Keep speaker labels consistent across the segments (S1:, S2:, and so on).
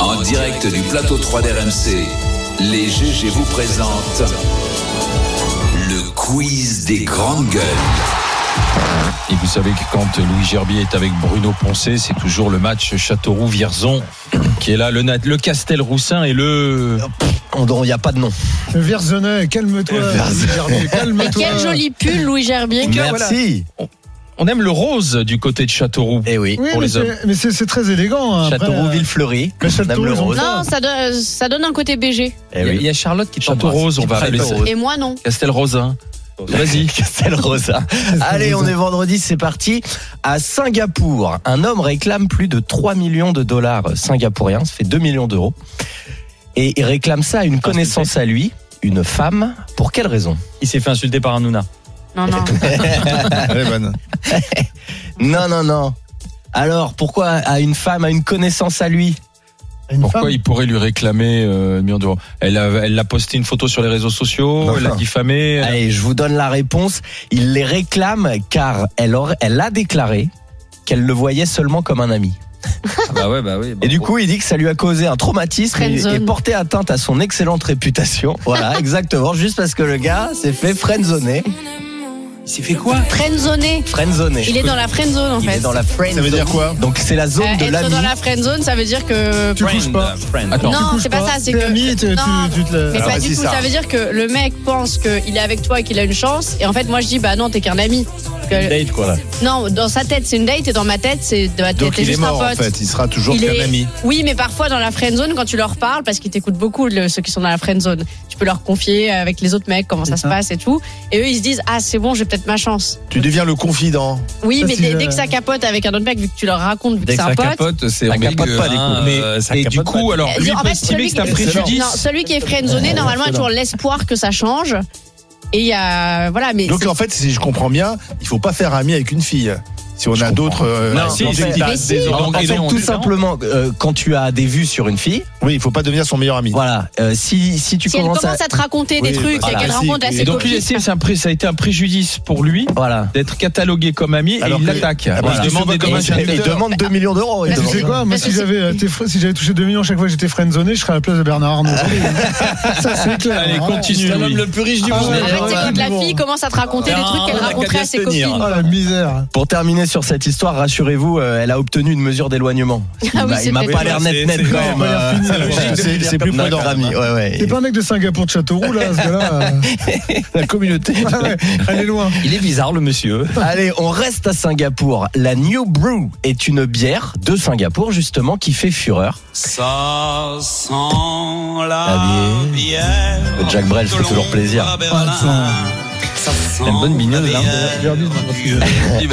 S1: En direct du plateau 3 d'RMC, les GG vous présentent le quiz des grandes gueules.
S2: Et vous savez que quand Louis Gerbier est avec Bruno Poncé, c'est toujours le match Châteauroux-Vierzon qui est là, le, Nat- le Castel-Roussin et le...
S3: Il n'y a pas de nom.
S4: Verzenay, calme-toi. Gerbier,
S5: Et
S4: Calme-toi.
S5: quel joli pull, Louis Gerbier.
S3: Merci.
S2: On aime le rose du côté de Châteauroux.
S3: Eh oui.
S4: Oui,
S2: pour
S4: mais
S2: les hommes.
S4: c'est- mais c'est c'est très élégant. hein. Après,
S3: Châteauroux,
S4: euh,
S3: Villefleury.
S4: mais
S3: Dame
S4: Châteauroux,
S3: le
S4: ils ont
S3: Rose.
S5: Non, ça, donne- ça donne un côté BG.
S3: Eh
S2: Il y a-
S3: oui.
S2: il y a Charlotte qui
S3: Château
S2: t'embrasse.
S3: Rose,
S2: Qui
S3: on va
S2: te
S3: appeler
S2: préfère.
S3: ça.
S5: Et moi, non.
S2: Castel-Rosin. Vas-y.
S3: Castel Rosa. Allez, on est vendredi, c'est parti. À Singapour, un homme réclame plus de 3 millions de dollars singapouriens, ça fait 2 millions d'euros. Et il réclame ça à
S2: Ah,
S3: une connaissance à lui, une femme. Pour quelle raison
S2: Il s'est fait insulter par un nouna.
S5: Non, non.
S3: Non, non, non. Alors, pourquoi à une femme, à une connaissance à lui
S4: euh, Une
S2: Pourquoi
S4: femme.
S2: il pourrait lui réclamer euh, un million d'euros Elle a, elle a posté une photo sur les réseaux sociaux,
S3: Non,
S2: elle l'a
S3: enfin.
S2: diffamé.
S3: Allez, je vous donne la réponse. Il les réclame car elle, aurait- elle a déclaré qu'elle le voyait seulement comme un ami.
S2: bah ouais, bah oui.
S3: Et du coup, il dit que ça lui a causé un traumatisme et,
S5: Friendzone.
S3: et porté atteinte à son excellente réputation. Voilà, exactement. Juste parce que le gars s'est fait friendzoner.
S2: il s'est fait quoi
S5: Friendzoné.
S3: Friendzoner.
S5: Il est dans la friendzone, en
S3: Il
S5: fait.
S3: est dans la friendzone.
S4: Ça veut dire quoi
S3: Donc c'est la
S5: Euh,
S3: zone de
S5: être
S3: l'ami.
S5: dans la friendzone, ça veut dire que.
S4: Tu couches pas.
S2: Attends,
S4: Tu
S5: Non,
S4: couches
S5: c'est pas ça, c'est
S4: T'es
S5: que.
S4: ami, tu,
S5: Non,
S4: tu- tu te la-
S2: Ah,
S5: Mais
S4: Alors,
S5: pas
S4: vas-y,
S5: du tout, ça veut dire que le mec pense qu'il est avec toi et qu'il a une chance, et en fait, moi je dis, bah non, t'es qu'un ami. Que-
S3: date, quoi, là.
S5: non, dans sa tête, c'est une date, et dans ma tête, c'est bah, t'es t'es juste un pote.
S6: il sera toujours
S5: Il est- Oui, mais parfois dans la friend zone, quand tu leur parles, parce qu'ils t'écoutent beaucoup, le- ceux qui sont dans la friend zone, tu peux leur confier avec les autres mecs comment ça se passe et tout. Et eux, ils se disent, ah, c'est bon, j'ai peut-être ma chance.
S6: Tu deviens le confident.
S5: Oui,
S4: Ça,
S5: mais
S4: c'est
S5: dès,
S4: le-
S5: dès que ça capote avec un autre mec, vu que tu leur racontes, vu que
S3: Dès
S5: c'est
S3: que
S5: un pote.
S2: c'est
S3: Ça
S2: on met
S3: capote
S2: que,
S3: pas, du coup.
S2: hein,
S3: Mais-
S2: euh, ça
S3: et du
S2: capote
S3: coup,
S2: pas. alors
S5: Euh,
S2: lui
S5: en
S2: peut
S5: fait,
S2: estimer
S5: celui
S2: que c'est un
S5: qui- Non,
S2: préjudice.
S5: celui qui est friendzoné, normalement, il a toujours l'espoir que ça change. Et il y a. Voilà, mais.
S6: Donc
S5: c'est-
S6: en fait, si je comprends bien, il faut pas faire ami avec une fille. Si on a d'autres. euh,
S2: Non,
S6: euh,
S2: si,
S6: en fait,
S2: si,
S5: Mais si.
S2: des-
S3: En
S2: donc,
S3: fait,
S2: ils ont
S3: tout
S2: différents.
S3: simplement, euh, quand tu as des vues sur une fille,
S6: oui, il faut pas devenir son meilleur ami.
S3: voilà, euh, si, si tu
S5: si elle
S3: commences
S5: commence à te raconter
S6: Oui,
S5: des trucs,
S6: voilà.
S5: et qu'elle
S6: Ah, si,
S5: raconte à
S6: oui.
S5: ses
S2: Et donc lui
S5: copines-
S2: estime que c'est un pré- ça a été un préjudice pour lui
S3: Voilà.
S2: d'être catalogué comme ami
S6: Alors
S2: et il
S6: que-
S2: l'attaque.
S6: Ah
S2: il
S6: bah, il se voit
S2: demande
S6: comme
S2: des
S6: un
S2: dommages
S3: Il
S2: indemnes.
S3: demande 2 millions d'euros. il
S5: Parce que
S4: Tu sais
S3: demande.
S4: quoi Moi,
S5: Parce
S4: si
S5: que
S4: j'avais, euh, tes fr- si j'avais touché 2 millions chaque fois que j'étais friendzoné, je serais à la place de Bernard Arnault. ça, c'est clair.
S2: Allez,
S4: Ah,
S2: continue.
S4: ouais.
S2: Louis.
S3: plus du
S4: Ah
S3: monde.
S4: ouais,
S5: En fait, c'est
S4: ouais,
S5: quand la
S4: bon.
S5: fille commence à te raconter des
S2: Ah,
S5: trucs qu'elle
S2: on a qu'à
S5: raconterait à ses
S2: se tenir.
S5: copines.
S3: hein.
S4: Oh la misère.
S3: Pour terminer sur cette histoire, rassurez-vous, euh, elle a obtenu une mesure d'éloignement.
S5: Ah oui,
S3: Il m'a-
S5: c'est
S3: il m'a
S5: peut-être
S3: pas
S5: vrai.
S3: l'air
S2: C'est-
S3: net net
S2: c'est-
S3: quand
S2: ouais,
S3: même.
S4: il a pas l'air
S3: euh,
S4: fini,
S3: c'est-
S4: ouais.
S3: c'est- C'est plus
S6: Notre
S3: prudent.
S6: ami,
S3: ouais, ouais.
S4: T'es pas un mec de Singapour de Châteauroux, là, ce gars-là.
S3: la communauté.
S4: Ouais, ouais, Elle est loin.
S3: Il est bizarre le monsieur. Allez, on reste à Singapour. La New Brew est une bière de Singapour justement qui fait fureur.
S7: Ça sent la
S3: La
S7: bière.
S3: Le Ah, Jack Brel fait toujours plaisir. Ah,
S7: C'est
S2: une bonne mignonne, là.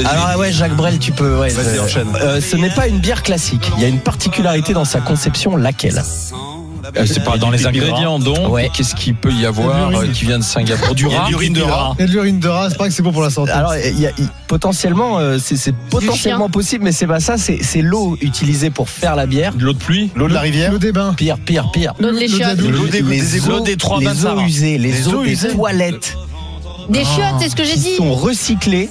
S3: Alors Ah ouais, Jacques Brel, tu peux. Ouais, euh, euh, ce n'est pas une bière classique. Il y a une particularité dans sa conception, laquelle
S2: Euh, C'est pas dans les
S6: Pipi de
S2: ingrédients donc.
S3: Ouais.
S2: Qu'est-ce qu'il peut y avoir euh, qui vient de Singapour Du
S6: Il y a
S2: rat
S6: de l'urine de rat.
S4: Il y a de l'urine de race, c'est pas que c'est bon pour la santé.
S3: Alors, il y a, il- potentiellement, euh, c'est c'est potentiellement possible, mais c'est pas ça. C'est c'est l'eau utilisée pour faire la bière.
S2: De l'eau de pluie
S6: L'eau de la rivière.
S4: L'eau des bains.
S3: Pire, pire, pire.
S5: Donne les
S4: Le- le
S5: chiottes.
S4: dadou.
S6: L'eau des-
S3: les
S6: des
S3: eaux,
S6: égouts.
S3: des
S2: trois
S3: les
S2: bassins.
S3: eaux usées, les,
S2: Les
S3: eaux,
S2: eaux
S3: des
S2: usées.
S3: toilettes
S5: Des chiottes, c'est ce que j'ai
S3: qui
S5: dit.
S3: sont recyclées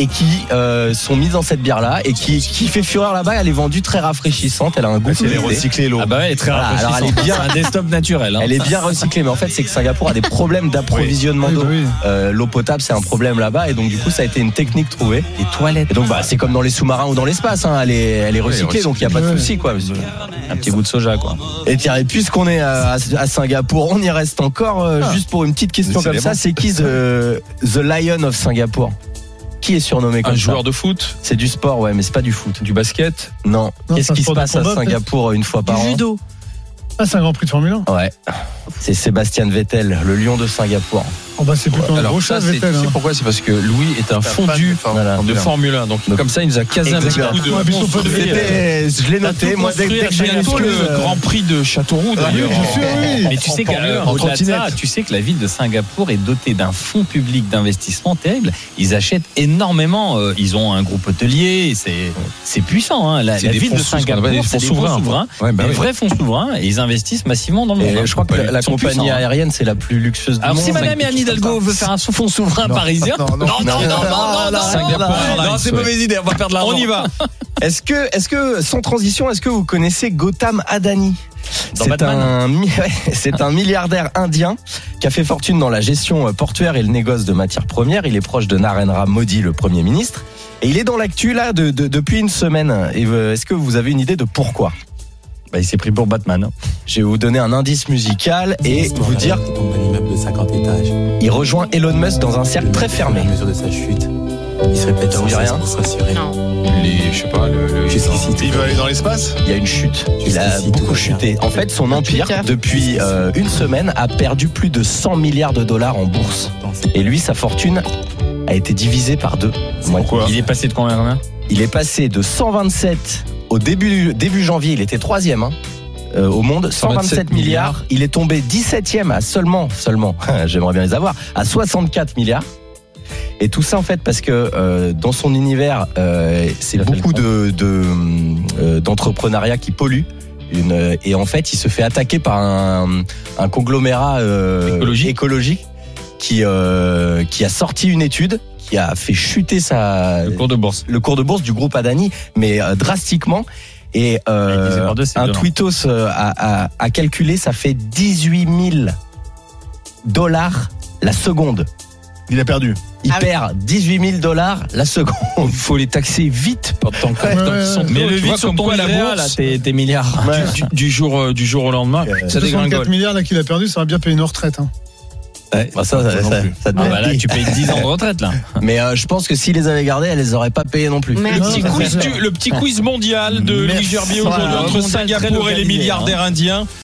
S3: et qui euh, sont mises dans cette bière là et qui, qui fait fureur là-bas. Elle est vendue très rafraîchissante. Elle a un goût.
S6: Si elle est
S3: fruité.
S6: recyclée, l'eau.
S2: Ah bah ouais, très
S3: Voilà, alors elle est bien.
S2: un desktop naturel. hein.
S3: Elle est bien recyclée, mais en fait, c'est que Singapour a des problèmes d'approvisionnement
S4: Oui,
S3: d'eau.
S4: bah oui.
S3: Euh, L'eau potable, c'est un problème là-bas, et donc du coup, ça a été une technique trouvée. Les toilettes. Et donc, bah, c'est comme dans les sous-marins ou dans l'espace, hein, elle, est, elle est recyclée, donc il n'y a pas de
S4: ouais.
S3: souci, quoi.
S2: Un petit goût de soja quoi.
S3: Et tiens, et puisqu'on est à, à Singapour, on y reste encore, euh,
S4: Ah.
S3: juste pour une petite question comme ça, c'est qui the, the Lion of Singapour Qui est surnommé comme
S2: Un
S3: ça
S2: joueur de foot,
S3: C'est du sport, ouais, mais c'est pas du foot.
S2: du basket.
S3: Non.
S4: Non,
S3: Qu'est-ce
S4: c'est un
S3: qui se
S4: sport de
S3: passe à
S4: combat, peut-être
S3: Singapour euh, une fois par an
S5: judo.
S4: Ah, c'est un grand prix de Formule 1.
S3: Ouais. C'est Sébastien Vettel, le lion de Singapour.
S4: Oh, bah, c'est plutôt un gros
S2: Alors ça,
S4: chat,
S2: c'est tu
S4: Vettel. hein.
S2: sais pourquoi C'est parce que Louis est un fondu
S3: Voilà.
S2: de Formule 1. Donc comme ça, il nous a casé un petit
S3: Exactement.
S2: coup de.
S4: Ouais, Ah, mais ils sont pas
S2: de-
S4: de- hein.
S3: C'était- je l'ai
S2: T'as
S3: noté.
S2: tout
S3: Moi, dès,
S2: construit
S3: dès
S2: à
S3: que j'ai une
S2: bientôt,
S3: excuse,
S2: le Ah
S3: euh,
S2: Grand Prix de Châteauroux d'ailleurs.
S4: Oui, bien sûr, oui.
S8: Mais tu sais qu'au-delà de ça, tu sais que la ville de Singapour est dotée d'un fonds public d'investissement terrible. Ils achètent énormément. euh, Ils ont un groupe hôtelier. C'est c'est puissant. hein. La,
S2: C'est
S8: la
S2: des
S8: ville
S2: fonds
S8: de
S2: sous- ce qu'on
S8: Singapour,
S2: appelle des
S8: c'est
S2: fonds
S8: des fonds
S2: souverains.
S8: souverains,
S2: Ouais, bah
S8: des
S2: oui.
S8: vrais fonds souverains. Et ils investissent massivement dans le monde.
S3: Et je crois que la, la
S8: Ils sont
S3: compagnie
S8: puissants, hein.
S3: aérienne, c'est la plus luxuseuse du
S8: Alors
S3: monde.
S8: si madame est
S3: Cinq-
S8: amie Hidalgo veut faire un sou- fonds souverain
S6: Non,
S8: parisien.
S6: non, non,
S8: non, non, non, non, non,
S2: Singapour
S8: non,
S2: Airlines,
S8: non, c'est
S2: ouais.
S8: mauvaise idée, on va perdre l'argent.
S2: On y va.
S3: Est-ce que, est-ce que, sans transition, est-ce que vous connaissez Gotham Adani
S8: Dans
S3: C'est
S8: Batman.
S3: un, mi- ouais, c'est un milliardaire indien qui a fait fortune dans la gestion euh, portuaire et le négoce de matières premières. Il est proche de Narendra Modi, le Premier ministre. Et il est dans l'actu là de- de- depuis une semaine. Et euh, est-ce que vous avez une idée de pourquoi
S8: Bah, il s'est pris pour Batman.
S3: hein. Je vais vous donner un indice musical et vous dire
S9: tombe d'un immeuble de 50 étages.
S3: il rejoint Elon Musk dans un cercle très fermé.
S9: À mesure de sa chute, il se répète
S3: Ça vous dit
S9: sans cesse
S3: rien
S9: pour s'assurer.
S2: Les, je sais pas, le. le-
S9: Jusqu'ici, tout
S6: Il
S9: va
S6: veut aller dans l'espace
S3: Il y a une chute.
S9: Jusqu'ici,
S3: Il a
S9: tout va
S3: beaucoup
S9: bien.
S3: chuté. En fait, son empire, depuis euh, une semaine, a perdu plus de 100 milliards de dollars en bourse.
S9: dans-
S3: Et lui, sa fortune a été divisée par deux. Ouais.
S6: Pourquoi
S8: Il est passé de combien à combien
S3: Il est passé de 127 au début, début janvier, il était troisième hein, euh, au monde, 127
S2: 127
S3: milliards. Il est tombé 17e à seulement, seulement, j'aimerais bien les avoir, à 64 milliards. Et tout ça en fait parce que euh, dans son univers, euh, c'est
S8: Il a fait
S3: beaucoup
S8: le
S3: de de, euh, d'entrepreneuriat qui pollue. Une, euh, et en fait, il se fait attaquer par un, un conglomérat euh,
S2: Écologique.
S3: écologique qui euh, qui a sorti une étude qui a fait chuter sa
S2: Le cours de bourse.
S3: le cours de bourse du groupe Adani, mais euh, drastiquement. Et euh,
S8: Avec des erreurs de ces
S3: un
S8: deux-là.
S3: tweetos euh, a, a- a calculé, ça fait 18 000 dollars la seconde.
S6: Il a perdu.
S3: Il
S5: Ah oui.
S3: perd 18 000 dollars la seconde.
S2: Il faut les taxer vite pendant que-
S6: Ouais,
S2: tant
S6: ouais,
S2: qu'ils sont
S6: ouais.
S2: tôt.
S8: Mais le
S2: Tu vois,
S8: vide sur
S2: comme
S8: ton
S2: quoi, la
S8: livret A, là,
S2: bourse,
S8: tes tes milliards.
S2: du, du jour, euh, du jour au lendemain, ça
S4: 64
S2: dégringole.
S4: milliards là qu'il a perdu, ça va bien payer une retraite. hein.
S3: Bah, ça, ça, ça- ça te
S8: Ah
S3: met
S8: bah
S3: le
S8: là,
S3: pied.
S8: tu payes 10 ans de retraite, là.
S3: Mais euh, je pense que s'ils les avaient gardés, elle les aurait pas payés non plus.
S5: Merde.
S2: Le petit,
S4: Non,
S2: quiz
S4: c'est
S2: du- le petit quiz mondial de
S8: Merci.
S2: Louis Gerbier aujourd'hui
S8: Voilà,
S2: entre
S8: mondial très
S2: Singapour et
S8: localisé,
S2: les hein. milliardaires indiens.